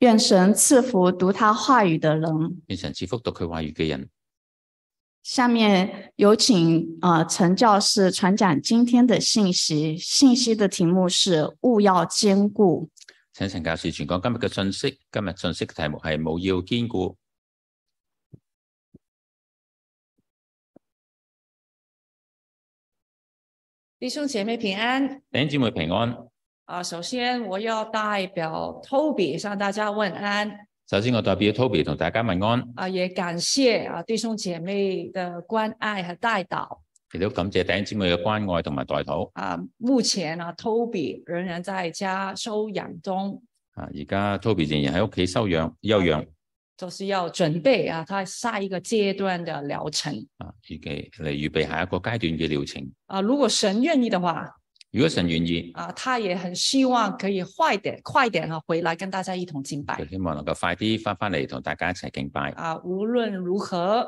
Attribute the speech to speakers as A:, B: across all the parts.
A: 愿神赐福读他话语的人。
B: 愿神賜福讀佢話語嘅人。
A: 下面有请呃陈教士传讲今天的信息，信息的题目是“勿要坚固
B: 請陳教士傳講今日嘅信息。今日信息嘅題目係冇要堅固。
C: 弟兄姐妹平安。
B: 弟兄姊妹平安。
C: 啊，首先我要代表 Toby 向大家问安。
B: 首先，我代表 Toby 同大家問安，
C: 啊，也感谢啊弟兄姐妹的关爱和带导。
B: 亦都感謝弟兄姊妹嘅關愛同埋代禱。
C: 啊，目前呢、啊、，Toby 仍然在家休养中，
B: 啊，而家 Toby 仍然喺屋企休養休養，
C: 就是要准备啊他下一个阶段的疗程。
B: 啊，預期嚟預備下一個階段嘅療程。
C: 啊，如果神愿意的话，
B: 如果神願意，
C: 啊，他也很希望可以快点、快点啊回来跟大家一同敬拜
B: 就。希望能夠快啲翻返嚟同大家一齊敬拜。
C: 啊，无论如何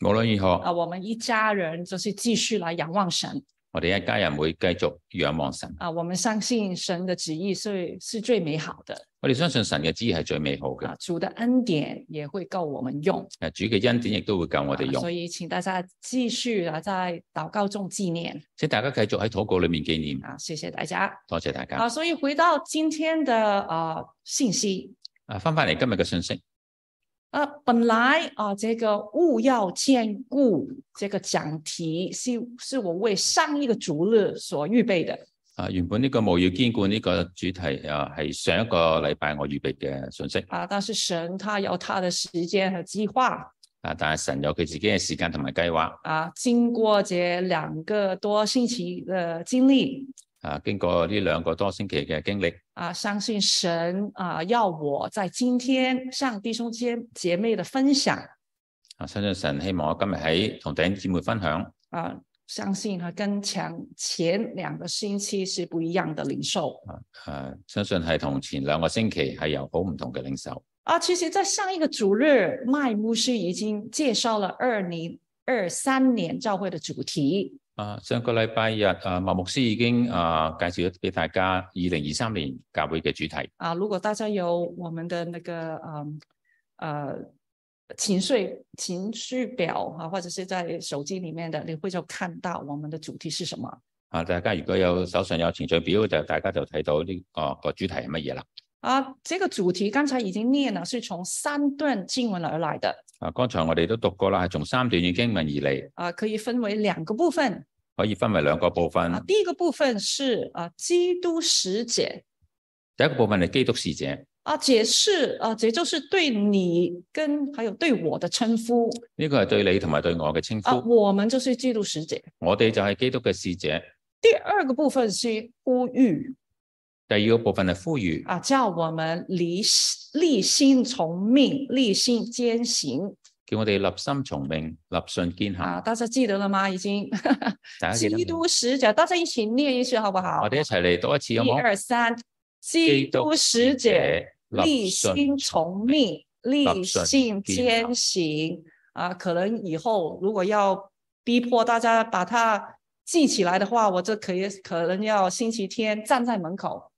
B: 無論如何
C: 啊，，我们一家人就是继续来仰望神
B: 我哋一家人會繼續仰望神。
C: 啊，我们相信神的旨意是是最美好的
B: 我哋相信神嘅旨意係最美好嘅
C: 啊，，主的恩典也会够我们用。
B: 誒主嘅恩典亦都會夠我哋
C: 啊
B: 用
C: 所。以请大家继续啊，在祷告中纪念
B: 請大家繼續喺禱告裏面紀念。
C: 啊，谢谢大家
B: 多謝大家
C: 啊。。所以回到今天的啊、呃信息
B: 啊，翻返嚟今日嘅信息。
C: 啊，本来啊、这个勿要兼顾这个讲题是是我为上一个主日所预备的
B: 啊，原本呢個無要堅固呢個主題啊，係上一個禮拜我預備嘅信息
C: 啊，但是神他有他的时间和计划。
B: 啊，但係神有佢自己嘅時間同埋計劃
C: 啊，经过这两个多星期的经历
B: 啊。經過呢兩個多星期嘅經歷
C: 啊，相信神啊要我在今天向弟兄姐姐妹的分享
B: 啊，相信神希望我今日喺同弟兄姊妹分享
C: 啊，相信啊跟前前两个星期是不一样的领受
B: 啊，相信係同前兩個星期係有好唔同嘅領受
C: 啊。其实，在上一个主日，麦牧师已经介绍了二零二三年教会的主题
B: 啊。上個禮拜日啊，麥牧師已經啊介紹咗俾大家二零二三年教會嘅主題。
C: 啊。如果大家有我们的那个嗯呃情绪情绪表啊，或者是在手机里面的，你会就看到我们的主题是什么
B: 啊，大家如果有手上有程序表，就大家就睇到呢、個個主題係乜嘢啦。
C: 啊。这个主题刚才已经念了，是从三段经文而来的
B: 啊，剛才我哋都讀過啦，係從三段嘅經文而嚟，
C: 啊，可以分为两个部分
B: 可以分為兩個部分
C: 啊。。第一个部分是啊，基督使者
B: 第一個部分係基督使者，呢、
C: 啊，解释啊，这就是对你跟还有对我的称呼
B: 個係對你同埋對我嘅稱
C: 啊，
B: 呼。
C: 我们就是基督使者。
B: 我哋就係基督嘅使者。
C: 第二个部分是呼吁
B: 第二個部分係呼籲，
C: 啊，叫我们离立心从命，立心坚行
B: 叫我哋立心從命，立信堅行。
C: 啊，大家记得了吗？已经
B: 大家記得
C: 基
B: 未？
C: 督使者，大家一起念一次好不好
B: 我？哋一齊嚟讀一次好
C: 一
B: 冇？
C: 二三，基督使者立心从命，立信坚行啊！可能以后如果要逼迫大家把它记起来的话，我这可以可能要星期天站在门口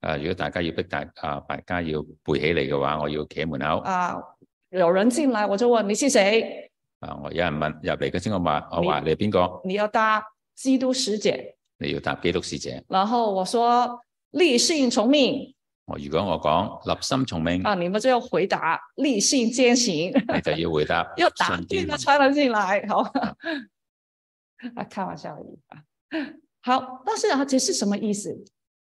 B: 啊，如果大家要逼大啊，大家要背起嚟嘅話，我要企喺門口。
C: 啊，有人进来我就问你是谁，
B: 啊，我有人問入嚟嘅先，我話我話
C: 你
B: 你係邊個？
C: 你要答基督使者，
B: 你要答基督使者。
C: 然后我说立信从命
B: 我如果我講立心從命，
C: 啊，你们就要回答立信坚行。
B: 你就要回答
C: 要打
B: 信
C: 对啊
B: 堅行。
C: 了才能进来，好吧？啊，开玩笑而已啊。好，但是啊，这是什么意思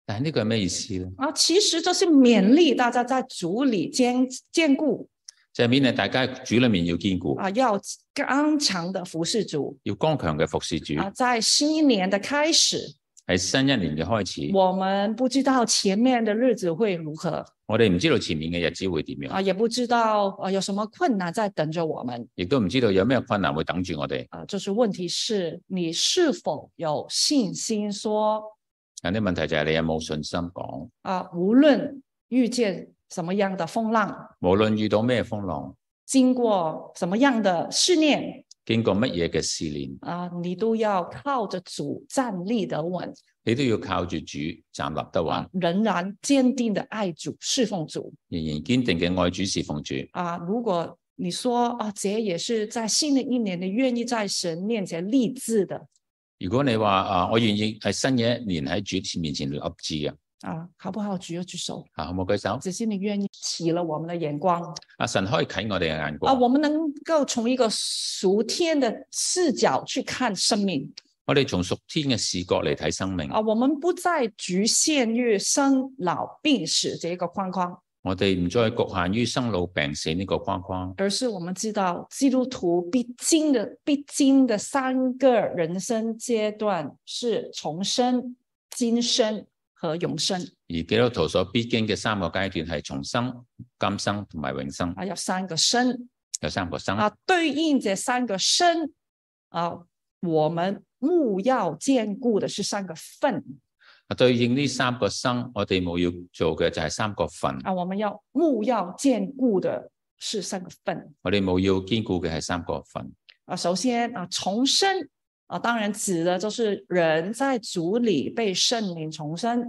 B: 但係呢個係咩意思咧？
C: 啊？其实就是勉励大家在主里坚坚固
B: 就係勉勵大家喺主裏面要堅固，
C: 啊，要刚强的服侍主
B: 要剛強嘅服侍主。
C: 啊。在新一年的开始，
B: 喺新一年嘅開始，
C: 我们不知道前面的日子会如何
B: 我哋唔知道前面嘅日子會點樣，
C: 啊，也不知道啊有什么困难在等着我们
B: 亦都唔知道有咩困難會等住我哋。
C: 啊。就是问题是你是否有信心说
B: 但啲問題就係你有冇信心講？
C: 啊，无论遇见什么样的风浪，
B: 無論遇到咩風浪，
C: 经过什么样的试炼，
B: 經過乜嘢嘅試煉，
C: 啊，你都要靠着主站立得稳，
B: 你都要靠住主站立得穩
C: 啊，，仍然坚定的爱主、侍奉主
B: 仍然堅定嘅愛主侍奉主。
C: 啊。如果你说啊，姐也是在新的一年里愿意在神面前立志的
B: 如果你話啊，我願意喺新嘅一年喺主面前立志嘅，
C: 啊，好不好？举一举手，
B: 啊，好冇舉手？
C: 只是你愿意起了我们的眼光
B: 阿神可以啟我哋嘅眼
C: 啊，
B: 光，
C: 我们能够从一个属天的视角去看生命
B: 我哋從屬天嘅視角嚟睇生命，
C: 啊，我们不再局限于生老病死这个框框。
B: 我哋唔再局限於生老病死呢個框框，
C: 而是我们知道基督徒必经的必经的三个人生阶段是重生、今生和永生
B: 而基督徒所必經嘅三個階段係重生、今生同埋永生，
C: 啊，有三个生
B: 有三個生。
C: 啊，对应这三个生啊，我们务要兼顾的是三个份
B: 對應啊呢三個生，我哋冇要做嘅就係三個份，
C: 啊，我们要务要兼顾的是三个份
B: 我哋冇要兼顧嘅係三個份。
C: 啊。首先啊，重生啊，当然指的就是人在主里被圣灵重生，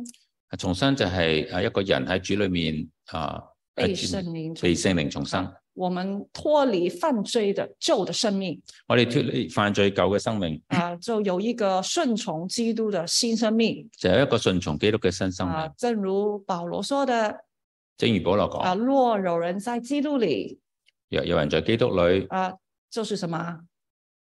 B: 啊重生就係啊一個人喺主裏面啊，喺
C: 被
B: 主
C: 圣灵重啊
B: 被聖靈重生。
C: 我们脱离犯罪的旧的生命
B: 我哋脱離犯罪舊嘅生命，
C: 啊、就有一个顺从基督的新生命
B: 就有一個順從基督嘅新生
C: 啊、
B: 命。
C: 正如保罗说的
B: 正如保羅
C: 啊、
B: 講，
C: 若有人在基督里
B: 若有人在基督裏，
C: 啊、就是什么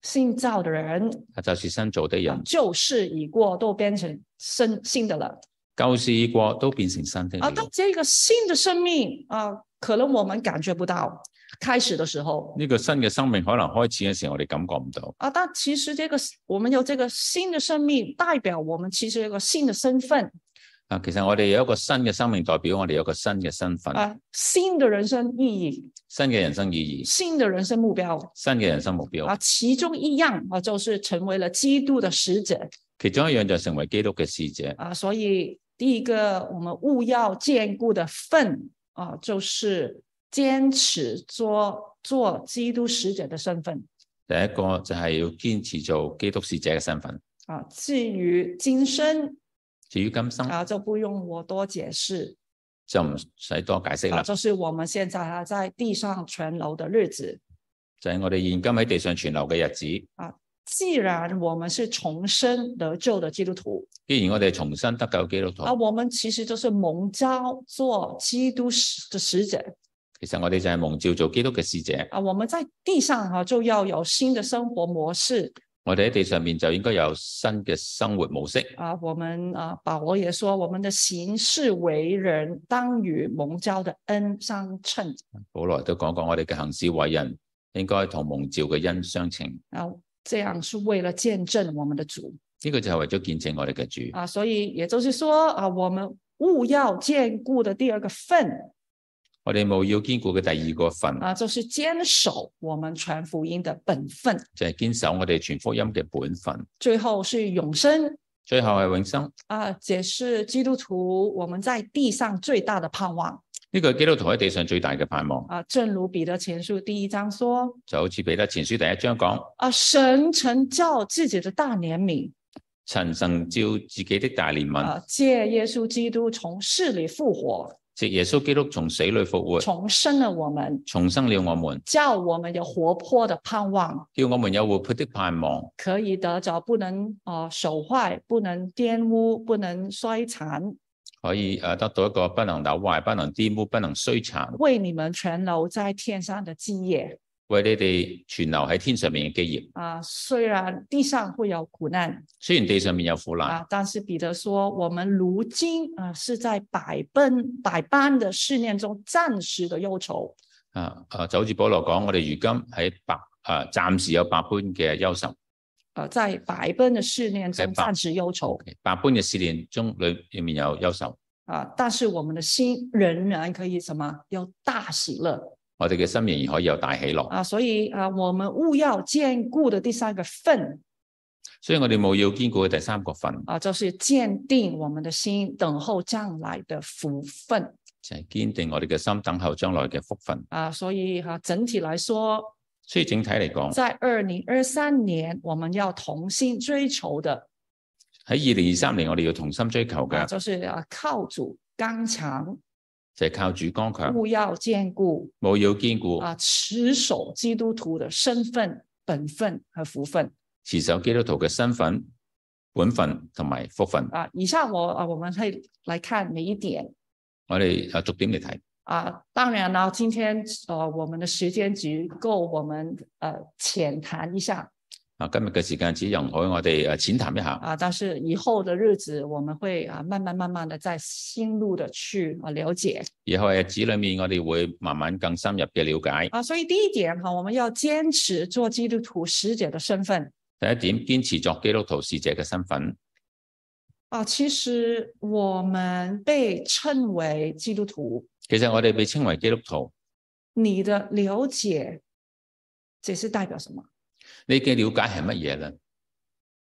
C: 信造的人、
B: 就是新造的
C: 啊
B: 人，
C: 旧事已过，都变成生新的了
B: 舊事已過，都變成新的
C: 啊。
B: 了。
C: 但这个新的生命啊、可能我们感觉不到开始的时候。
B: 呢個新嘅生命可能開始嘅時候，我哋感覺唔到。
C: 啊，但其实这个我们有这个新的生命，代表我们其实有一个新的身份，
B: 啊，其實我哋有一個新嘅生命，代表我哋有一個新嘅身份、
C: 啊，新的人生意义、
B: 新嘅人生意義、
C: 新的人生目标
B: 新嘅人生目標。
C: 啊，其中一样啊，就是成为了基督的使者
B: 其中一樣就係成為基督嘅使者。
C: 啊。所以，第一个我们务要兼顾的份啊，就是坚持做做基督使者的身份
B: 第一個就係要堅持做基督使者嘅身份。
C: 啊。至于今生
B: 至於今生
C: 啊，就不用我多解释
B: 就唔使多解釋
C: 啊，
B: 啦，
C: 就是我们现在还在地上存留的日子。
B: 就係我哋現今喺地上存留嘅日子。
C: 既然我们是重生得救的基督徒，
B: 既然我哋重新得救基督徒
C: 啊，，我们其实就是蒙召做基督使的使者
B: 其實我哋就係蒙召做基督嘅使者。
C: 啊，我们在地上哈、啊、就要有新的生活模式
B: 我哋喺地上面就應該有新嘅生活模式。
C: 啊。我们啊，保罗也说，我们的行事为人当与蒙召的恩相称
B: 保羅都講過，我哋嘅行事為人應該同蒙召嘅恩相稱。呢、
C: 啊，这样是为了见证我们的主
B: 個就係為咗見證我哋嘅主。
C: 啊。所以也就是说啊，我们务要兼顾的第二个份
B: 我哋務要堅固嘅第二個份
C: 啊，就是坚守我们传福音的本分。
B: 就係堅守我哋全福音嘅本分。
C: 最后是永生
B: 最後係永生。
C: 啊，解释基督徒我们在地上最大的盼望
B: 呢個係基督徒喺地上最大嘅盼望，
C: 啊，正如彼得前书第一章说
B: 就好似彼得前書第一章講：
C: 啊，神曾照自己的大怜悯
B: 神神照自己的大憐憫，
C: 啊，借耶稣基督从死里复活，
B: 藉耶穌基督從死裏復活，
C: 重生了我们，
B: 重生了我們，
C: 叫我们有活潑的盼望，
B: 叫我們有活潑的盼望，
C: 可以得着，不能啊、呃朽坏，不能玷污，不能衰残，
B: 可以誒得到一個不能朽壞、不能玷污、不能衰殘，
C: 为你们存留在天上的基业
B: 為你哋存留喺天上面嘅基業。
C: 啊。虽然地上会有苦难，
B: 雖然地上面有苦難，
C: 啊，但是彼得说，我们如今啊是在百奔百般的试炼中暂时的忧愁
B: 啊啊就好似保羅講，我哋如今喺百啊暫時有百般嘅憂愁，
C: 啊，在百奔的试炼
B: 在
C: 中
B: 百
C: 暂时忧愁
B: 百般嘅試煉中裏裏面有憂愁，
C: 啊，但是我们的心仍然可以什么，有大喜乐
B: 我哋嘅心仍然可以有大喜樂。
C: 啊，所以啊，我们务要兼顾的第三个份
B: 所以我哋冇要堅固嘅第三個份，
C: 啊，就是坚定我们的心，等候将来的福分
B: 就係、堅定我哋嘅心，等候將來嘅福分。
C: 啊，所以哈、啊，整体来说
B: 所以整體嚟講，
C: 在二零二三年，我们要同心追求的，
B: 喺二零二三年我哋要同心追求
C: 啊
B: 嘅
C: 就是啊靠主刚强，
B: 就係靠主剛強，
C: 务要兼顾
B: 務要堅固，
C: 嗯啊，持守基督徒的身份、本分和福分
B: 持守基督徒嘅身份、本分同埋福分。
C: 啊。以下我啊，我们会来看每一点
B: 我哋啊逐點嚟睇。
C: 啊。当然了，今天呃，我们的时间只够我们呃浅谈一下
B: 啊，今日嘅時間只容許我哋誒淺談一下，
C: 啊，但是以后的日子我们会啊，慢慢慢慢的在深入的去啊了解
B: 以後日子裏面我哋會慢慢更深入嘅了解。
C: 啊。所以第一点哈、我们要坚持做基督徒使者的身份
B: 第一點，堅持作基督徒使者嘅身份。
C: 啊。其实我们被称为基督徒，
B: 其實我哋被稱為基督徒，
C: 你的了解这是代表什么
B: 你嘅了解係乜嘢咧？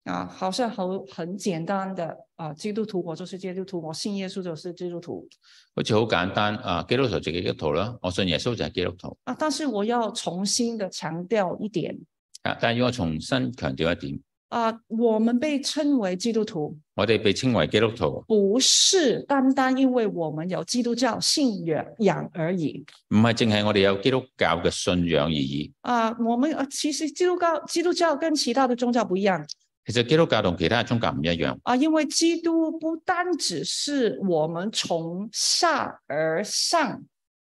C: 啊？好像很很简单的啊，基督徒我就是基督徒，我信耶稣就是基督徒
B: 好似好簡單啊！基督徒就係基督徒啦，我信耶穌就係基督徒。
C: 啊。但是我要重新的强调一點
B: 啊，但要我重新強調一點，
C: 啊，我们被称为基督徒，
B: 我哋被稱為基督徒，
C: 不是单单因为我们有基督教信仰仰而已
B: 唔係淨係我哋有基督教嘅信仰而已。
C: 啊。我们啊，其实基督教基督教跟其他的宗教不一样
B: 其實基督教同其他宗教唔一樣，
C: 啊，因为基督不单只是我们从下而上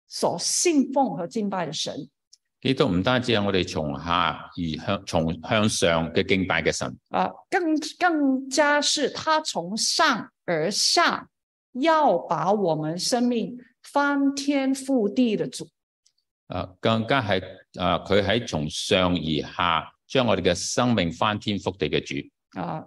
C: 所信奉和敬拜的神
B: 基督唔單止係我哋從下而向從向上嘅敬拜嘅神，
C: 啊，更更加是他从上而下要把我们生命翻天覆地的主
B: 啊，更加係啊，佢喺從上而下將我哋嘅生命翻天覆地嘅主，
C: 啊、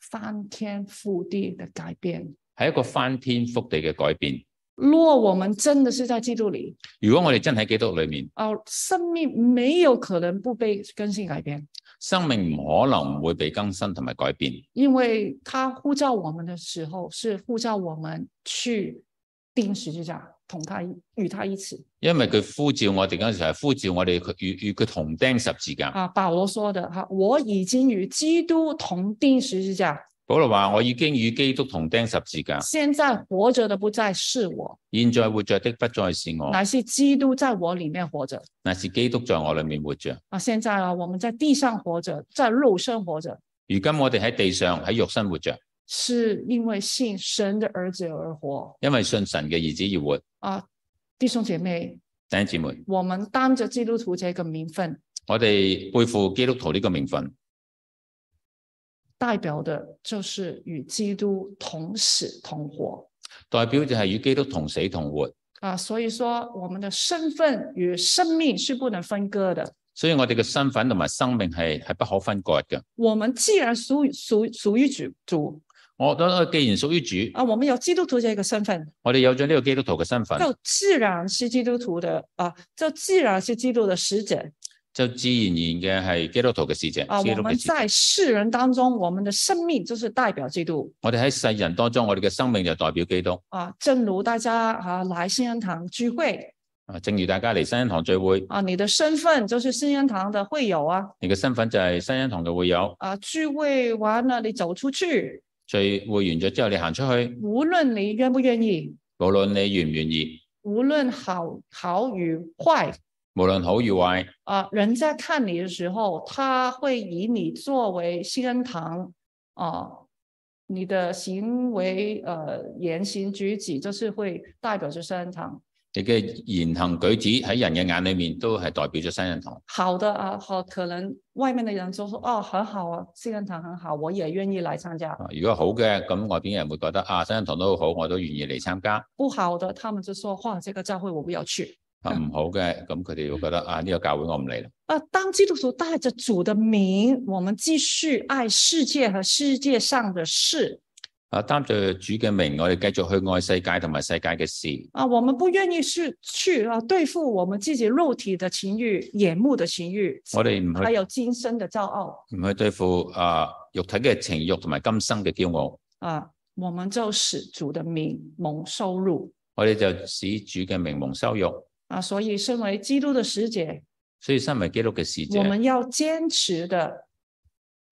C: 翻天覆地的改变。
B: 係一個翻天覆地嘅改變。
C: 若我们真的是在基督里
B: 如果我哋真喺基督裏面，
C: 啊、生命没有可能不被更新改变，
B: 生命唔可能唔會被更新同埋改變。
C: 因为他呼召我们的时候是呼召我们去钉十字架，同他一与他一起
B: 因为佢呼召我哋嗰阵时系呼召我哋佢与与佢同钉十字架。
C: 啊。保罗说的哈、我已经与基督同钉十字架，
B: 保罗话：我已经与基督同钉十字架，
C: 现在活着的不再是我，
B: 现在活着的不再是我，
C: 乃是基督在我里面活着
B: 乃是基督在我里面活着。
C: 啊。现在啊，我们在地上活着，在肉身活着，
B: 如今我哋喺地上喺肉身活着，
C: 是因为信神的儿子而活
B: 因为信神嘅儿子而活。
C: 啊。弟兄姐妹，
B: 弟兄姊妹，
C: 我们当着基督徒这个名分，
B: 我哋背负基督徒呢个名分，
C: 代表的就是与基督同死同活
B: 代表就系与基督同死同活。
C: 啊。所以说，我们的身份与生命是不能分割的。
B: 所以我哋嘅身份同埋生命系系不可分割嘅。
C: 我们既然属于属于属于主主
B: 我我既然属于主，
C: 啊，我们有基督徒这个身份，
B: 我哋有咗呢个基督徒嘅身份，
C: 就自然是基督徒的啊，就自然是基督的使者
B: 就自然而然嘅系基督徒嘅使者。
C: 啊。
B: 基
C: 我
B: 督嘅
C: 们
B: 使者
C: 在世人当中，我们的生命就是代表基督。
B: 我哋喺世人當中，我哋嘅生命就代表基督。
C: 啊，正如大家啊来新恩堂聚会
B: 啊，正如大家嚟新恩堂聚會，
C: 啊，你的身份就是新恩堂的会友啊
B: 你嘅身份就係新恩堂嘅會友。
C: 啊，聚会完了你走出去，
B: 聚會完咗之後，你行出去，
C: 无论你愿不愿意，
B: 無論你願唔願意，
C: 无论好好与坏
B: 無論好與壞，
C: 啊，人家看你的时候，他会以你作为新恩堂啊。你的行为、呃言行举止，就是会代表着新恩堂。
B: 你嘅言行舉止喺人嘅眼裏面都係代表咗新恩堂。
C: 好的啊，好，可能外面的人就说哦，很好啊，新恩堂很好，我也愿意来参加。
B: 啊如果好嘅，咁外邊嘅人會覺得啊，新恩堂都好，我都願意嚟參加。
C: 不好的，他们就说：“哇，这个教会我不要去。
B: 啊，唔好嘅，咁佢哋會覺得啊，呢、個教會我唔嚟啦。”
C: 呃，当基督徒带着主的名，我们继续爱世界和世界上的事
B: 啊，擔着主嘅名，我哋繼續去愛世界同埋世界嘅事。
C: 啊，我们不愿意去去啊对付我们自己肉体的情欲、眼目的情欲，
B: 我哋唔去
C: 还有今生的骄傲
B: 唔去對付啊肉體嘅情慾同埋今生嘅驕傲，
C: 啊，我们就使主的名蒙羞辱
B: 我哋就使主嘅名蒙羞辱。
C: 啊。所以，身为基督的使者
B: 所以身為基督嘅使者
C: 我，们要坚持的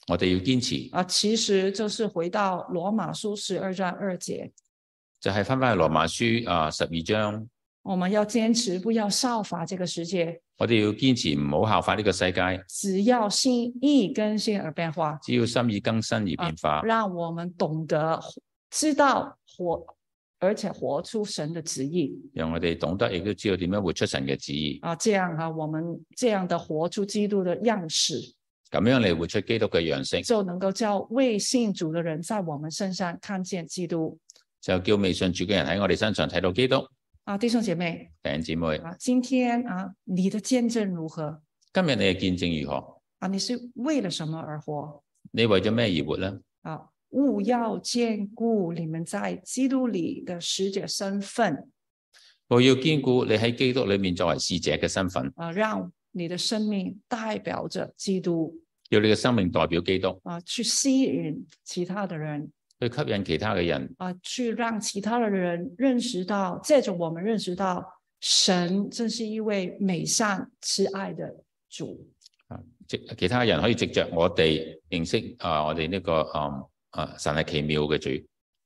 B: 我哋要堅持，
C: 啊，其實就是回到罗马书十二章二节，
B: 就係翻翻去羅馬書啊十二章，
C: 我们要坚持，不要效法这个世界，
B: 我哋要堅持唔好效法呢個世界，
C: 只要心意更新而變化，
B: 只要心意更新而變化，
C: 让我们懂得知道活，而且活出神的旨意
B: 讓我哋懂得亦都知道點樣活出神嘅旨意，
C: 啊，这样啊，我们这样的活出基督的样式，
B: 咁樣嚟活出基督嘅樣式，
C: 就能够叫未信主的人在我们身上看见基督
B: 就叫未信主嘅人喺我哋身上睇到基督。
C: 啊，弟兄姐妹
B: 弟兄姊妹，
C: 啊，今天啊，你的見證如何
B: 今日你嘅見證如何？
C: 啊？你是为了什么而活
B: 你為咗咩而活呢？
C: 啊？务要兼顾你们在基督里的使者身份
B: 我要堅固你喺基督裏面作為使者嘅身份，
C: 啊，让你的生命代表着基督
B: 要你嘅生命代表基督，
C: 啊，去吸引其他的人
B: 去吸引其他嘅人，
C: 啊，去让其他的人认识到，借着我们认识到神真是一位美善慈爱的主
B: 藉其他人可以藉着我哋認識啊，我哋呢、個嗯啊神係奇妙嘅主，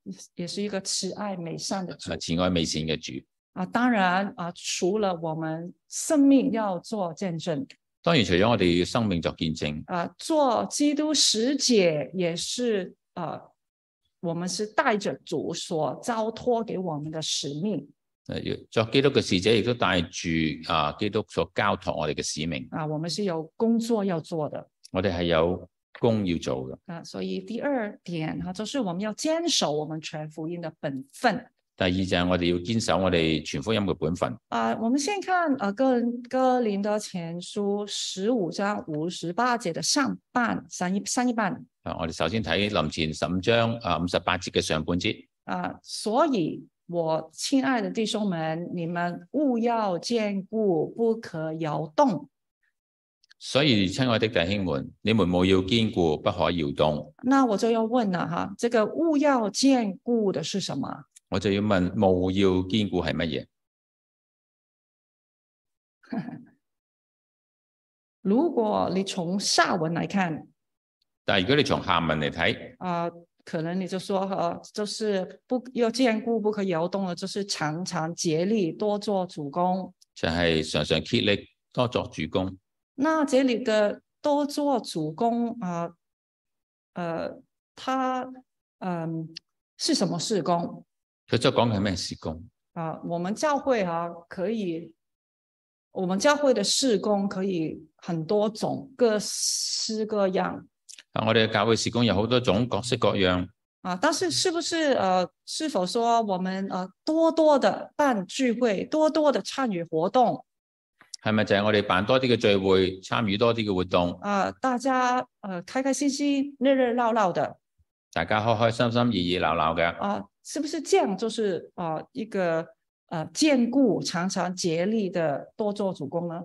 C: 也是，也是一个慈爱美善的主
B: 啊慈愛美善嘅主。
C: 啊。当然啊，除了我们生命要做见证
B: 當然，除咗我哋要生命作見證，
C: 啊，做基督使者也是啊，我们是带着主所交托给我们的使命
B: 啊要作基督嘅使者，亦都帶住啊基督所交託我哋嘅使命。
C: 啊，我们是有工作要做的
B: 我哋係有工要做嘅。
C: 啊。所以第二点哈、啊，就是我们要坚守我们全福音的本分
B: 第二就係我哋要堅守我哋全福音嘅本分。
C: 啊。我们先看啊哥哥林的前书十五章五十八节的上半上一上一半
B: 啊，我哋首先睇林前十五章啊五十八節嘅上半節。
C: 啊，所以我亲爱的弟兄们，你们务要坚固，不可摇动。
B: 所以，親愛的弟兄們，你們務要堅固，不可搖動。
C: 那我就要问了哈，这个务要坚固的是什么？
B: 我就要問，務要堅固係乜嘢？
C: 如果你从下文来看
B: 但係如果你從下文嚟睇，
C: 啊、可能你就说哈、就是不要坚固，不可摇动了，就是常常竭力多做主攻。
B: 就係、常常竭力多作主公。
C: 那这里的多做主攻啊，呃，他嗯、是什么事工
B: 佢所講嘅係咩事工？
C: 啊、我们教会啊可以，我们教会的事工可以很多种，各式各样
B: 啊，我哋嘅教會事工有好多種，各式各樣。
C: 啊。但是是不是呃，是否说我们呃多多的办聚会，多多的参与活动，
B: 係咪就係我哋辦多啲嘅聚會，參與多啲嘅活動，
C: 啊、大家呃开开心心、热热闹闹的
B: 大家開開心心、熱熱鬧鬧嘅？
C: 啊、是不是这样？就是啊、一个呃兼顾常常竭力的多做主攻呢？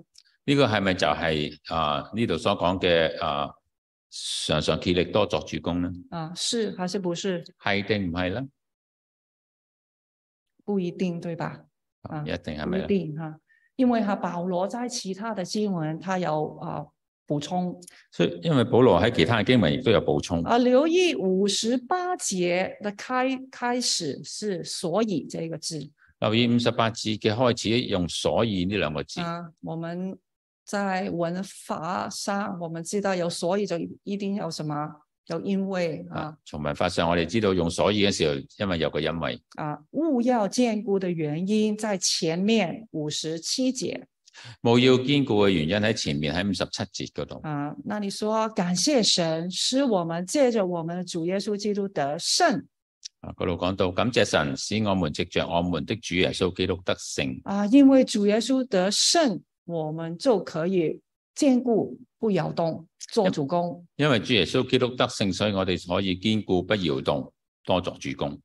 B: 呢、個係咪就係啊呢度所講嘅啊常常竭力多作主公咧？
C: 啊、是还是不是？
B: 係定唔係咧？
C: 不一定，对吧？
B: 啊
C: 啊
B: 一定係
C: 不
B: 咪
C: 一
B: 呢？
C: 定哈、因为哈保罗在其他的经文他有啊、补充
B: 所以因為保羅喺其他嘅經文亦都有補充，
C: 啊、留意五十八节的开开始是所以这个字
B: 留意五十八字嘅開始用所以呢兩個字。
C: 啊、我们在文法上我们知道有所以就一定有什么有因为啊
B: 啊，從文法上我哋知道用所以嘅時候，因為有個因為，
C: 啊，勿要兼顾的原因在前面五十七节
B: 務要堅固嘅原因喺前面喺五十七節嗰度。
C: 啊。那你说感谢神，使我们借着我们的主耶稣基督得胜
B: 啊，嗰度講到感謝神，使我們藉着我們的主耶穌基督得勝。
C: 啊，因为主耶稣得胜，我们就可以兼顾不摇动，做主公。
B: 因為主耶穌基督得勝，所以我哋可以堅固不搖動，多作主公。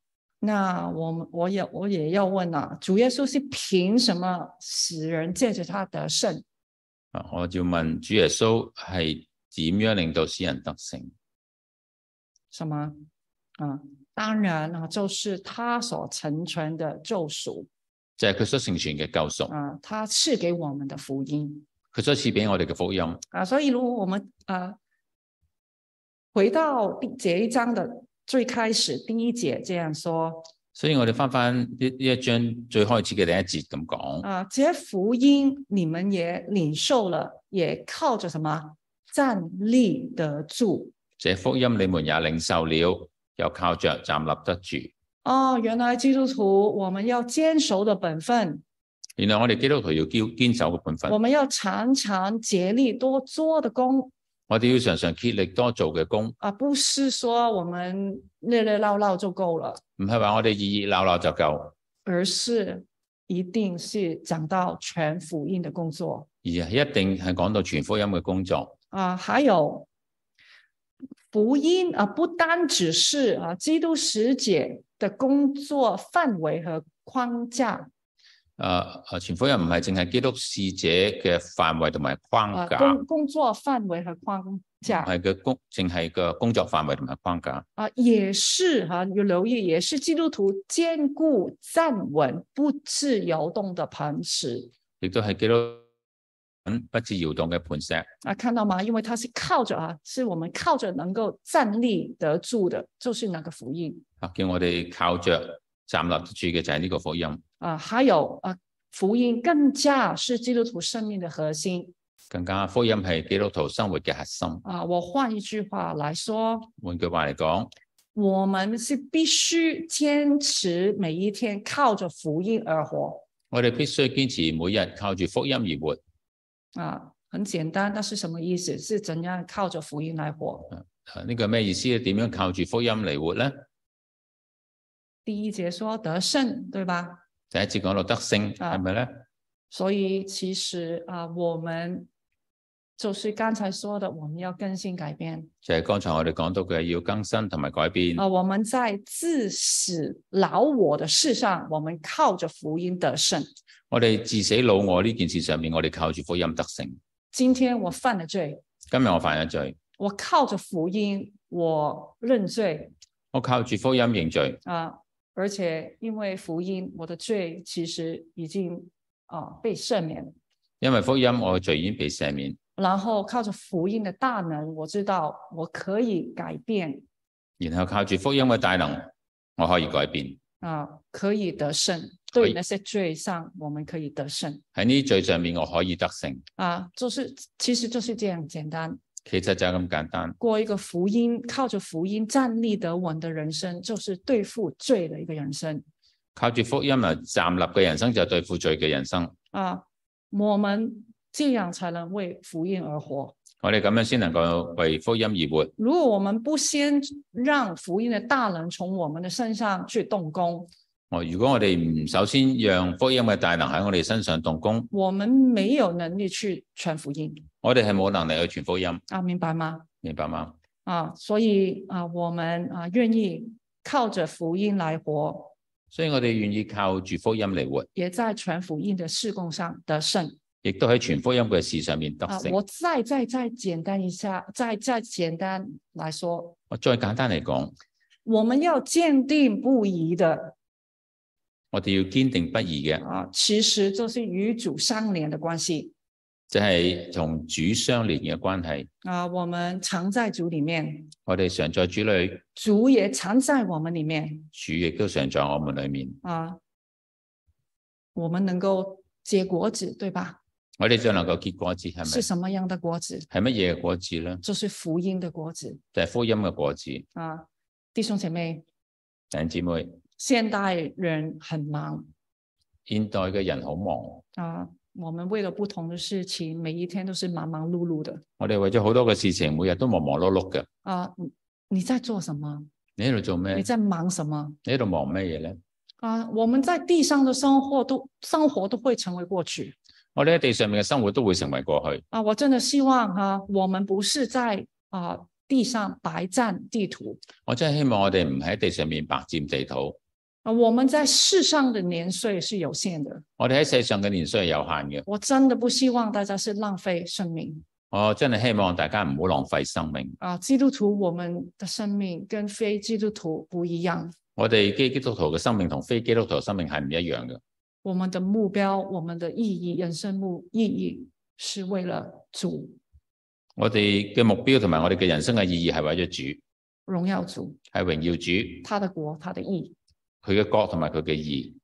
C: 那我们我也我也要问了、主耶稣是凭什么使人借着他得胜？
B: 啊，我要問主耶穌係點樣令到使人得勝？
C: 什么啊？当然啊，就是他所成全的救赎。嗯
B: 就係佢所成全嘅救贖，
C: 啊，他赐给我们的福音
B: 佢所賜俾我哋嘅福音。
C: 啊，所以如果我们啊回到第这一章的最开始第一节这样说
B: 所以我哋翻翻呢呢一章最開始嘅第一節咁講，
C: 啊，这福音你们也领受了，也靠着什么站立得住。
B: 這福音你們也領受了，又靠着站立得住。
C: 哦，原来基督徒我们要坚守的本分，
B: 原來我哋基督徒要堅堅守嘅本分
C: 我，们要常常竭力多做的工
B: 我哋要常常竭力多做嘅工，
C: 啊，不是说我们热热闹闹就够了，
B: 唔係話我哋熱熱鬧鬧就夠，
C: 而是一定是讲到全福音的工作
B: 而係一定係講到全福音嘅工作。
C: 啊。还有福音啊，不单只是啊基督使者的工作范围和框架
B: 誒、誒，啊全福音唔係淨係基督使者嘅範圍同埋框
C: 啊，
B: 架，
C: 工工作范围和框架
B: 係嘅工，淨係個工作範圍同埋框架，
C: 啊，也是哈、有留意，也是基督徒坚固站稳、不致摇动的磐石
B: 亦都係基督嗯不致搖動嘅磐石。
C: 啊，看到吗？因为它是靠着啊，是我们靠着能够站立得住的，就是那个福音
B: 啊，叫我哋靠着站立得住嘅就係呢個福音，
C: 啊。还有啊，福音更加是基督徒生命的核心
B: 更加福音係基督徒生活嘅核心。
C: 啊。我换一句话来说，
B: 換句話嚟講，
C: 我们是必须坚持每一天靠着福音而活
B: 我哋必須堅持每日靠住福音而活。
C: 啊。很简单，那是什么意思？是怎样靠着福音来活？
B: 啊呢個咩意思咧？點樣靠住福音嚟活咧？
C: 第一节说得胜，对吧？
B: 第一次講到得勝
C: 啊
B: 係咪咧？
C: 所以其实啊、我们就是刚才说的，我们要更新改变
B: 就係剛才我哋講到嘅要更新同埋改變
C: 啊、。我们在致死老我的事上，我们靠着福音得胜。
B: 我哋致死老我呢件事上面，我哋靠住福音得勝。
C: 今天我犯了罪，
B: 今日我犯咗罪，
C: 我靠着福音，我认罪
B: 我靠住福音認罪，
C: 啊、而且因为福音，我的罪其实已经啊、被赦免了。
B: 因為福音我嘅罪已經被赦免。
C: 然后靠着福音的大能，我知道我可以改变
B: 然後靠住福音嘅大能，我可以改變。
C: 啊，可以得胜。
B: 可
C: 对
B: 以
C: 于那些罪上，我们可以得胜
B: 喺呢啲罪上面，我可以得勝。
C: 啊，就是其实就是这样简单。
B: 其實就係咁簡單。
C: 过一个福音，靠着福音站立得稳的人生，就是对付罪的一个人生
B: 靠住福音嚟站立嘅人生就係對付罪嘅人生。
C: 啊。我们这样才能为福音而活。
B: 我哋咁樣先能夠為福音而活。
C: 如果我们不先让福音的大能从我们的身上去动工，
B: 我如果我哋唔首先讓福音嘅大能喺我哋身上動工，
C: 我们没有能力去传福音
B: 我哋係冇能力去傳福音，
C: 啊，明白吗？
B: 明白嗎？
C: 啊，所以啊，我们啊愿意靠着福音来活，
B: 所以我哋願意靠住福音嚟活，
C: 也在传福音的事工上得胜
B: 亦都喺傳福音嘅事上面得
C: 啊。
B: 勝。
C: 我再再再简单一下，再再简单来说，
B: 我再簡單嚟講，
C: 我们要坚定不移的
B: 我哋要堅定不移嘅，
C: 啊，其实就是与主相连的关系
B: 就係、同主相連嘅關係。
C: 啊。我们常在主里面，
B: 我哋常在主裏，
C: 主也常在我们里面
B: 主亦都常在我們裏面，
C: 啊，我们能够结果子，对吧？
B: 我哋就能夠結果子係
C: 是
B: 咪？
C: 什么样的果子？
B: 係乜嘢嘅果子咧？
C: 就是福音的果子。
B: 就係、福音嘅果子。
C: 啊，弟兄姐妹，
B: 弟兄姊妹，
C: 现代人很忙
B: 現代嘅人好忙，
C: 啊，我们为了不同的事情，每一天都是忙忙碌碌的
B: 我哋為咗好多嘅事情，每日都忙忙碌碌嘅。
C: 啊。你你在做什么？
B: 你喺度做咩？
C: 你在忙什么？
B: 你喺度忙咩嘢咧？
C: 啊，我们在地上的生活都生活都会成为过去
B: 我哋喺地上面嘅生活都會成為過去。
C: 啊！我真的希望哈、我们不是在啊地上白占地图
B: 我真係希望我哋唔喺地上面白佔地土。
C: 啊，我们在世上的年岁是有限的，
B: 我哋喺世上嘅年歲係有限嘅，
C: 我真的不希望大家是浪费生命
B: 我真係希望大家唔好浪費生命。
C: 啊！基督徒我们的生命跟非基督徒不一样。
B: 我哋基基督徒嘅生命同非基督徒嘅生命係唔一樣嘅。
C: 我们的目标、我们的意义、人生目意义是为了主，
B: 我哋嘅目標同埋我哋嘅人生嘅意義係為咗主，
C: 荣耀主，
B: 係榮耀主，
C: 他的国，他的义。
B: 佢嘅國同埋佢嘅義。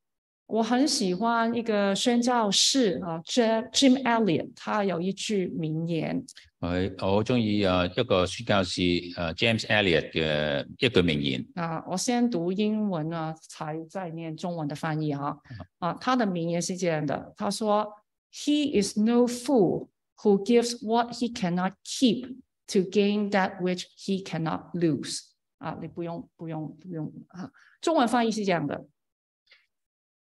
C: 我很喜欢一个宣教士啊，Jim Jim Elliot，他有一句名言，
B: 佢我好中意啊一個宣教士啊 James Elliot 嘅一句名言，
C: 啊，我先读英文啊，才再念中文的翻译哈、啊。啊，他的名言是这样的，他说：“He is no fool who gives what he cannot keep to gain that which he cannot lose。”啊，你不用不用不用啊，中文翻译是这样的：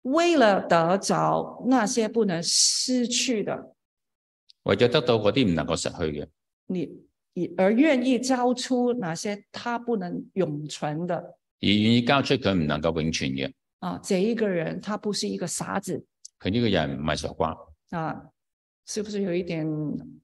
C: 为了得着那些不能失去的，
B: 為咗得到嗰啲唔能夠失去嘅，
C: 你以而愿意交出哪些他不能永存的
B: 而願意交出佢唔能夠永存嘅。
C: 啊，这一个人他不是一个傻子
B: 佢呢個人唔係傻瓜，
C: 啊，是不是有一点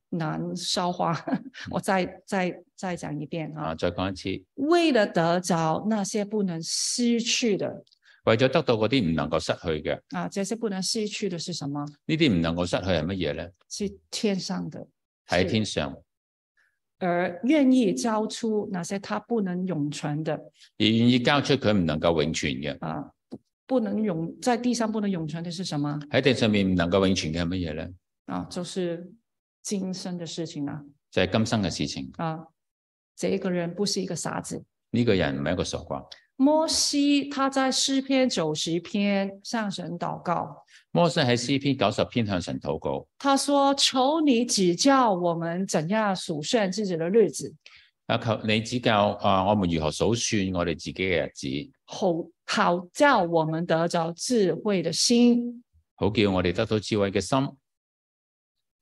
C: 难消化？ 我再再再讲一遍啊
B: 啊！，再講一次，
C: 为了得着那些不能失去的
B: 為咗得到嗰啲唔能夠失去嘅，
C: 啊，这些不能失去的是什么？
B: 呢啲唔能夠失去係乜嘢咧？
C: 是天上的，
B: 喺
C: 是
B: 天上，
C: 而愿意交出那些他不能永存的
B: 而願意交出佢唔能夠永存嘅。
C: 啊，不不能永在地上不能永存的是什么
B: 喺地上面唔能夠永存嘅係乜嘢咧？
C: 啊？就是今生的事情啊
B: 就係、今生嘅事情。
C: 啊！这一个人不是一个傻子。
B: 呢、個人唔係一個傻瓜。
C: 摩西他在诗篇九十篇向神祷告，
B: 摩西喺詩篇九十篇向神禱告，
C: 他说：“求你指教我们怎样数算自己的日子。”
B: 啊求你指教啊，我們如何數算我哋自己嘅日子，
C: 好好叫我们得着智慧的心。
B: 好叫我哋得到智慧嘅心。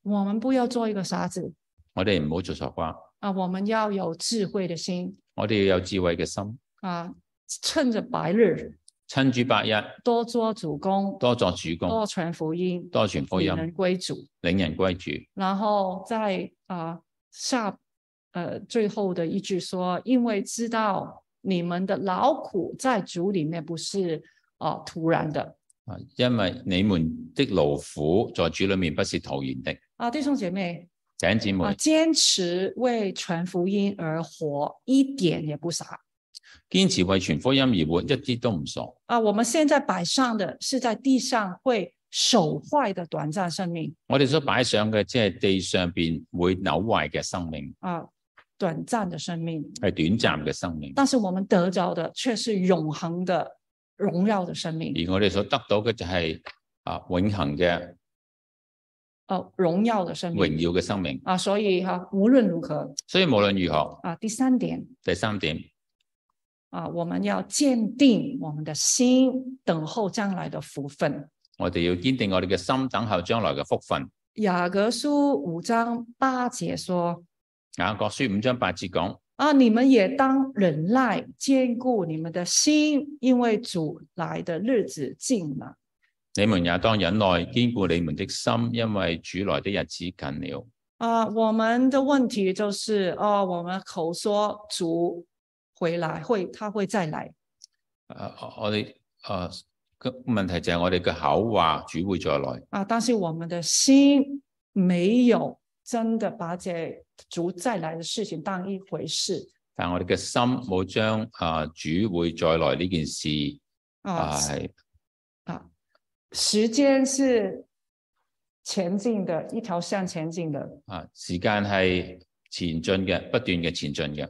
C: 我们不要做一个傻子
B: 我哋唔好做傻瓜，
C: 啊，我们要有智慧的心
B: 我哋要有智慧嘅心，
C: 啊，趁着白日
B: 趁住白日
C: 多做主公，
B: 多作主
C: 多
B: 公，
C: 传福音，
B: 多傳福
C: 以
B: 音，
C: 人归主，
B: 領人歸主。
C: 然后在啊下呃最后的一句说，因为知道你们的劳苦在主里面不是啊突然的
B: 啊，因為你們的勞苦在主裏面不是徒然的。
C: 啊，弟兄姐妹
B: 弟兄姊妹
C: 啊，，坚持为传福音而活，一点也不傻。
B: 堅持為傳福音而活，一啲都唔傻。
C: 啊，我们现在摆上的是在地上会朽坏的短暂生命
B: 我哋所擺上嘅，即係地上邊會扭壞嘅生命，
C: 啊，短暂的生命，
B: 係短暫嘅生命。
C: 但是我们得着的却是永恒的荣耀的生命，
B: 而我哋所得到嘅就係啊永恒嘅
C: 呃，荣耀的生
B: 榮
C: 命
B: 耀嘅生命。
C: 啊，所以哈、无论如何
B: 所以無論如何，
C: 啊，第三点
B: 第三點，
C: 啊，我们要坚定我们的心，等候将来的福分。
B: 我哋要堅定我哋嘅心，等候將來嘅福分。
C: 雅各书五章八节说
B: 雅各書五章八節講：
C: 啊，你们也当忍耐，坚固你们的心，因为主来的日子近了。
B: 你們也當忍耐，堅固你們的心，因為主來的日子近了。
C: 啊、我们的问题就是，哦，我们口说主回来会，他会再来
B: 啊我我哋啊個問題就係我哋嘅口話主會再來，
C: 啊，但是我们的心没有真的把这主再来的事情当一回事
B: 但係我哋嘅心冇將啊主會再來呢件事
C: 啊
B: 啊係
C: 啊，时间是前进的一条向前进的，
B: 啊時間係前進嘅，不斷嘅前進嘅。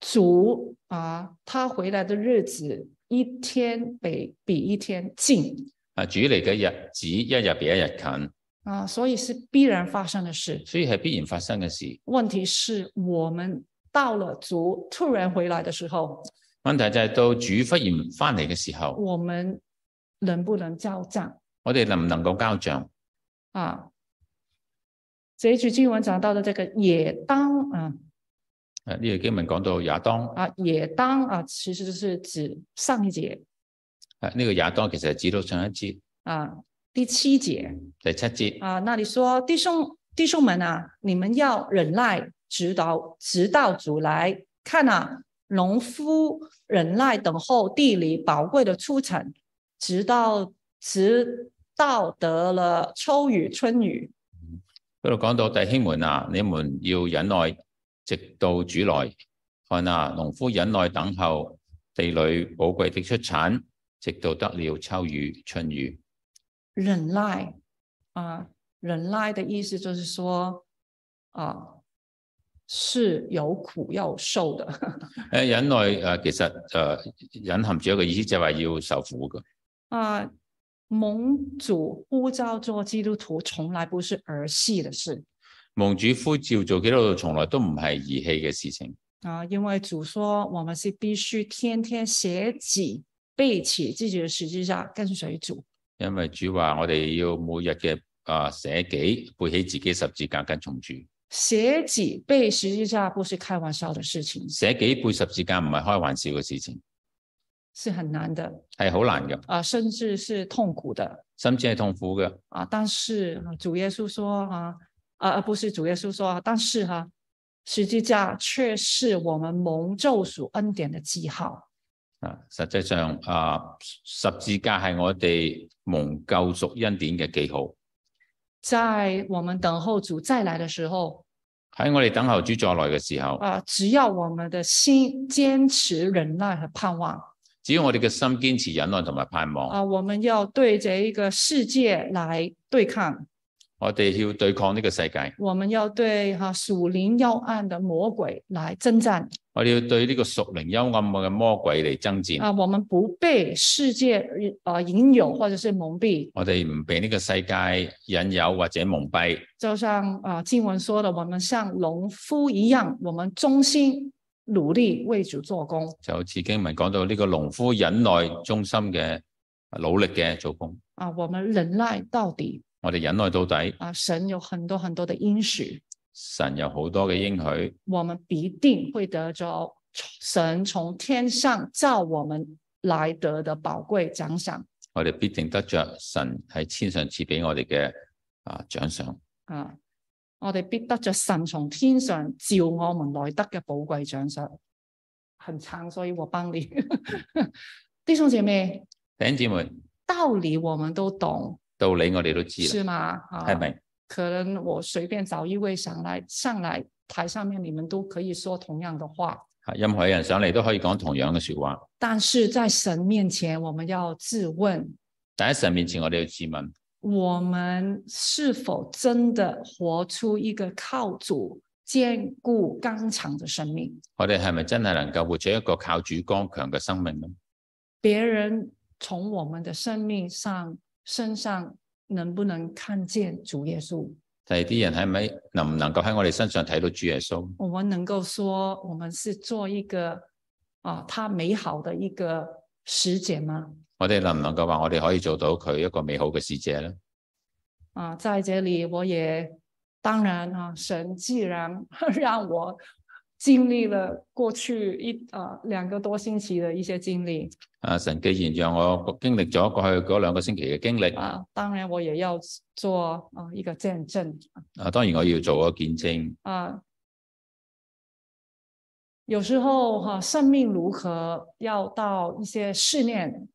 C: 主啊，他回来的日子一天比比一天近
B: 啊，主嚟嘅日子一日比一日近，
C: 啊，所以是必然发生的事。
B: 所以係必然發生嘅事。
C: 问题是我们到了族突然回来的时候，
B: 問題就係到主忽然翻嚟嘅時候，
C: 我们能不能交账
B: 我哋能唔能夠交帳？
C: 啊？这一句经文讲到的这个也当啊
B: 啊，呢個經文講到也當，
C: 啊也当啊，其实就是指上一节
B: 啊呢、個也當其實係指到上一節
C: 啊第七节
B: 第七節，
C: 啊，那里说弟兄弟兄们啊，你们要忍耐，直到直到主来看啊，农夫忍耐等候地里宝贵的出产，直到直到得了秋雨春雨
B: 嗰度講到弟兄們啊，你們要忍耐，直到主來。看啊，農夫忍耐等候地裏寶貴的出產，直到得了秋雨、春雨。
C: 忍耐啊，忍耐的意思就是说啊，是有苦要受的。
B: 誒忍耐誒、呃其實誒、呃隱含住一個意思，就係話要受苦嘅。
C: 啊，蒙主呼召做基督徒，从来不是儿戏的事
B: 蒙主呼召做基督徒，從來都唔係兒戲嘅事情。
C: 啊，因为主说我们是必须天天写己，背起自己的十字架，跟随主。
B: 因為主話我哋要每日嘅啊捨己，背起自己十字架跟從主。
C: 写己背十字架不是开玩笑的事情，
B: 捨己背十字架唔係開玩笑嘅事情，
C: 是很难的
B: 係好難嘅，
C: 啊，甚至是痛苦的
B: 甚至係痛苦嘅。
C: 啊。但是啊主耶稣说啊，啊啊不是主耶稣说啊，但是哈、十字架却是我们蒙咒属恩典的记号。
B: 啊，實際上啊，十字架係我哋蒙救贖恩典嘅記號。
C: 在我们等候主再来的时候，
B: 喺我哋等候主再來嘅時候，
C: 啊，只要我们的心坚持忍耐和盼望，
B: 只要我哋嘅心堅持忍耐同埋盼望，
C: 啊，我们要对这一个世界来对抗，
B: 我哋要對抗呢個世界，
C: 我们要对哈、属灵要暗的魔鬼来征战
B: 我哋要對呢個屬靈幽暗嘅魔鬼嚟爭戰。
C: 啊，我们不被世界呃引诱或者是蒙蔽，
B: 我哋唔被呢個世界引誘或者蒙蔽，
C: 就像啊、经文说的，我们像农夫一样，我们忠心努力为主做工。
B: 就好似經文講到呢個農夫忍耐忠心嘅努力嘅做工，
C: 啊，我们忍耐到底
B: 我哋忍耐到底，
C: 啊！神有很多很多的应许，
B: 神有好多嘅應許。
C: 我们必定会得着神从天上召我们来得的宝贵奖赏
B: 我哋必定得着神喺天上赐俾我哋嘅啊奖赏。
C: 啊！我哋必得着神从天上召我们来得嘅宝贵奖赏。很长，所以我帮你。 弟兄姐妹，
B: 弟兄姊妹，
C: 道理我们都懂，
B: 道理我哋都知
C: 是
B: 啦，
C: 吗？啊
B: 係咪？
C: 可能我随便找一位上来上来台上面，你们都可以说同样的话，
B: 啊任何人上嚟都可以講同樣嘅说話，
C: 但是在神面前，我们要自问：
B: 但喺神面前我哋要自問：
C: 我们是否真的活出一个靠主、坚固、刚强的生命？
B: 我哋係咪真係能夠活出一個靠主剛強嘅生命呢？
C: 别人从我们的生命上身上能不能看见主耶稣？
B: 第二啲人係咪能唔能夠喺我哋身上睇到主耶穌？
C: 我们能够说我们是做一个啊，他美好的一个实践吗？
B: 我哋能唔能夠話我哋可以做到佢一個美好嘅使者呢？
C: 啊，在这里我也当然啊，神既然 让我经历了过去一啊两个多星期的一些经歷
B: 啊，神既然讓我經歷咗過去嗰兩個星期嘅經歷，
C: 啊，当然我也要做啊一个见证
B: 啊，當然我要做個見證。
C: 啊。有时候哈、生命如何，要到一些试炼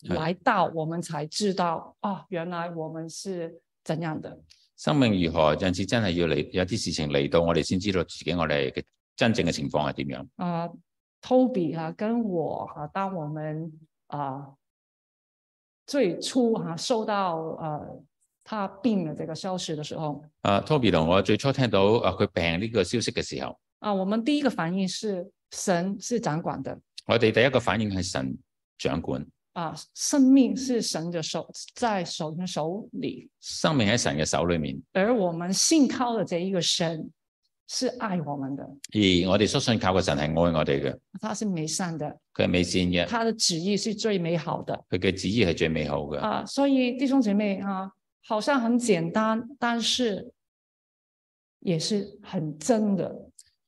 B: 是
C: 来到，我们才知道啊，原来我们是怎样的。
B: 生命如何，有陣時真係要嚟，有啲事情嚟到，我哋先知道自己我哋嘅真正嘅情況係點樣。
C: 啊，Toby 啊，跟我啊，当我们啊最初啊收到呃他病了这个消息的时候，
B: 啊，Toby 同我最初聽到啊佢病呢個消息嘅時候，
C: 啊，我们第一个反应是神是掌管的
B: 我哋第一個反應係神掌管，
C: 啊，生命是神的手在手人手里，
B: 生命喺神嘅手裏面，
C: 而我们信靠的这一个神是爱我们的，
B: 而我哋所信靠嘅神係愛我哋嘅，
C: 他是美善的，
B: 佢係美善嘅，
C: 他的旨意是最美好的。
B: 佢嘅旨意係最美好嘅。
C: 啊，所以弟兄姐妹啊，好像很简单，但是也是很真的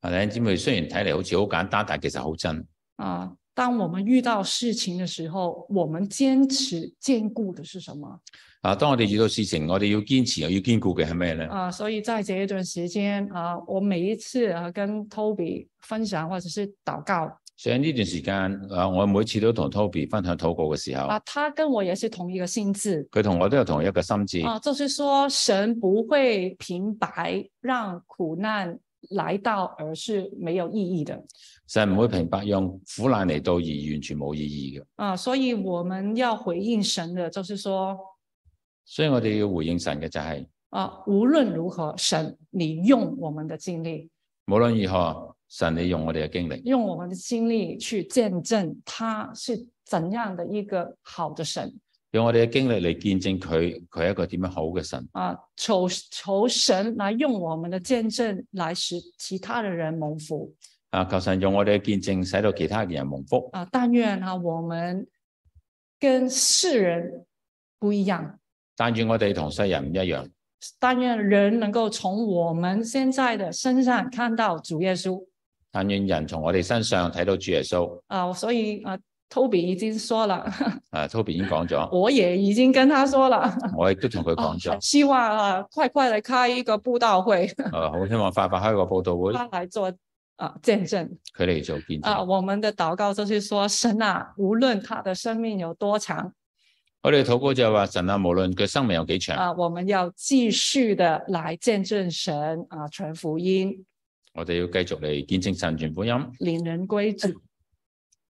B: 啊，弟兄姊妹雖然睇嚟好似好簡單，但其實好真。
C: 啊。当我们遇到事情的时候，我们坚持坚固的是什么
B: 啊，當我哋遇到事情，我哋要堅持又要堅固嘅係咩咧？
C: 啊？所以在这一段时间啊，我每一次啊跟 Toby 分享或者是祷告
B: 所以喺呢段時間，啊，我每次都同 Toby 分享禱告嘅時候，
C: 啊，他跟我也是同一个性质
B: 佢同我都有同一個心志，
C: 啊，就是说神不会平白让苦难来到，而是没有意义的
B: 神唔會平白讓苦難嚟到而完全冇意義嘅。
C: 啊，所以我们要回应神的，就是说
B: 所以我哋要回應神嘅就係、
C: 啊，无论如何，神你用我们的经历，
B: 無論如何，神你用我哋嘅經歷，
C: 用我们的经历去见证他是怎样的一个好的神。
B: 用我哋嘅經歷嚟見證佢，佢係一個點樣好嘅神。
C: 啊，求求神来用我们的见证来使其他的人蒙福
B: 啊，求神用我哋嘅見證，使到其他嘅人蒙福。
C: 啊！但愿啊，我们跟世人不一样，
B: 但願我哋同世人唔一樣，
C: 但愿人能够从我们现在的身上看到主耶稣
B: 但願人從我哋身上睇到主耶穌。
C: 啊！所以啊，Toby 已经说了，
B: 啊，Toby 已經講咗，
C: 我也已经跟他说了。
B: 我亦都同佢講
C: 啊，
B: 咗
C: 很，希望啊，快快的开一个布道会，
B: 啊，好希望快快開個報道會，
C: 他 来做啊见证
B: 佢嚟做見
C: 啊。
B: 證。
C: 我们的祷告就是说，神啊，无论他的生命有多长
B: 我哋禱告就係話神啊，無論佢生命有幾長，
C: 啊，我们要继续的来见证神啊，传福音，
B: 我哋要繼續嚟見證神全福音，
C: 领人归主。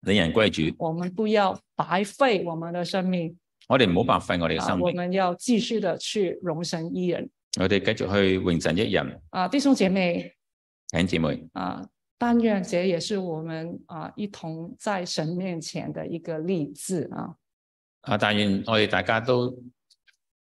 B: 令人歸主。
C: 我们不要白费我们的生命
B: 我哋唔好白費我哋嘅
C: 啊
B: 生，
C: 我
B: 命，
C: 们要继续的去容神一人
B: 我哋繼續去榮神益人。
C: 啊，弟兄姐妹。
B: 弟兄姊妹，
C: 啊，但愿这也是我们啊一同在神面前的一个励志啊
B: 啊，但願我哋大家都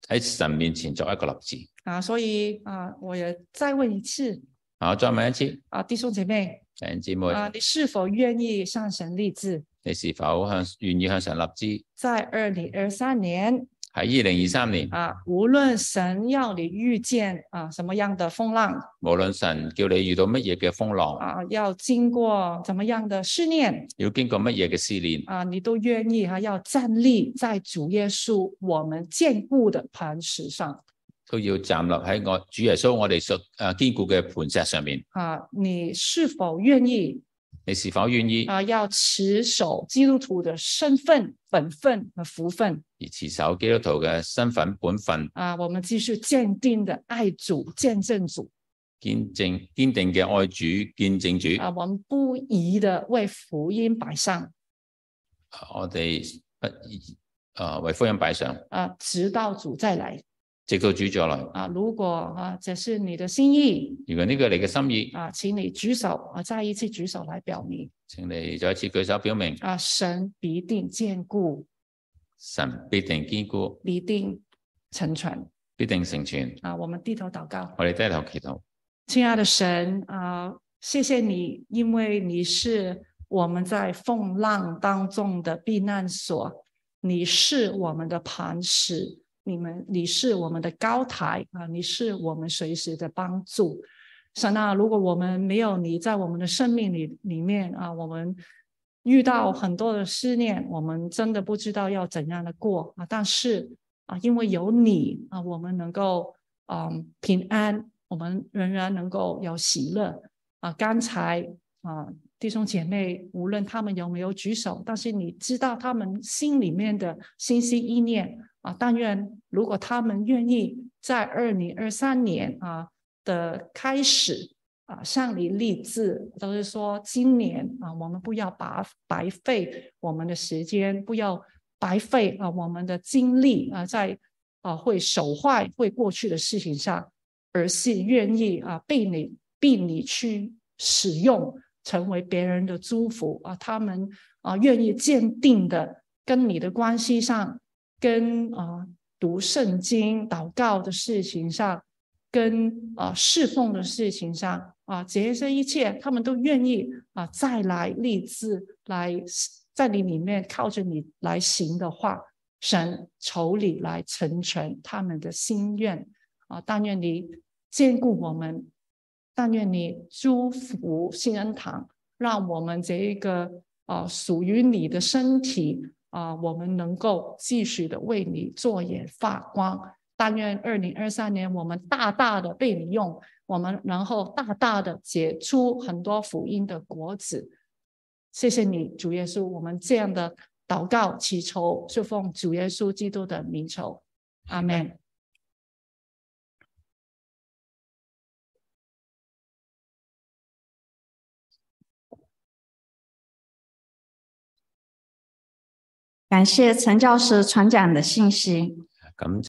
B: 喺神面前作一個立志。
C: 啊，所以啊，我也再问一次
B: 啊，我再問一次，
C: 啊，弟兄姐妹
B: 弟兄姊妹，
C: 啊，你是否愿意向神立志，
B: 你是否向願意向神立志？
C: 在二零二三年
B: 喺二零二三年，
C: 啊，无论神要你遇见啊什么样的风浪
B: 無論神叫你遇到乜嘢嘅風浪，
C: 啊，要经过怎么样的试炼
B: 要經過乜嘢嘅試煉，
C: 啊，你都愿意啊，要站立在主耶稣我们坚固的磐石上。
B: 都要站立喺我主耶穌我哋所誒堅固嘅磐石上面。
C: 啊，你是否愿意
B: 你是否願意
C: 啊，要持守基督徒的身份、本分和福分
B: 而持守基督徒嘅身份本分，
C: 啊，我们继续坚定的爱主、见证主
B: 堅正堅定嘅愛主、見證主？
C: 啊，我们不宜的为福音摆上
B: 啊我哋不以啊為福音擺上，
C: 啊，直到主再来
B: 直到主再來。
C: 啊。如果啊，这是你的心意
B: 如果呢個係你嘅心意，
C: 啊，请你举手啊，再一次举手来表明
B: 請你再一次舉手表明，
C: 啊，神必定坚固，
B: 神必定堅固，
C: 必定成全
B: 必定成全。
C: 啊。我们低头祷告。
B: 我哋低頭祈禱，
C: 亲爱的神啊、谢谢你，因为你是我们在风浪当中的避难所，你是我们的磐石，你们你是我们的高台啊、你是我们随时的帮助。神啊，如果我们没有你在我们的生命里里面啊、我们遇到很多的思念，我们真的不知道要怎样的过啊、但是啊，因为有你啊，我们能够嗯平安，我们仍然能够有喜乐啊。刚才啊，弟兄姐妹，无论他们有没有举手，但是你知道他们心里面的心心意念啊。但愿如果他们愿意在二零二三年啊的开始。啊，向你立志，都是说今年啊，我们不要白白费我们的时间，不要白费啊我们的精力啊，在啊会手坏会过去的事情上，而是愿意啊被你被你去使用，成为别人的祝福啊，他们啊愿意坚定的跟你的关系上，跟啊读圣经祷告的事情上。跟啊、侍奉的事情上啊，这些一切他们都愿意啊再来立志来在你里面靠着你来行的话，神求你来成全他们的心愿啊！但愿你兼顾我们，但愿你祝福新恩堂，让我们这一个啊、属于你的身体啊、我们能够继续的为你做眼发光。但愿二零二三年我们大大的被你用，我们然后大大的结出很多福音的果子。谢谢你，主耶稣，我们这样的祷告祈求，是奉主耶稣基督的名求，阿门。
A: 感谢陈教师传讲的信息。
B: 咁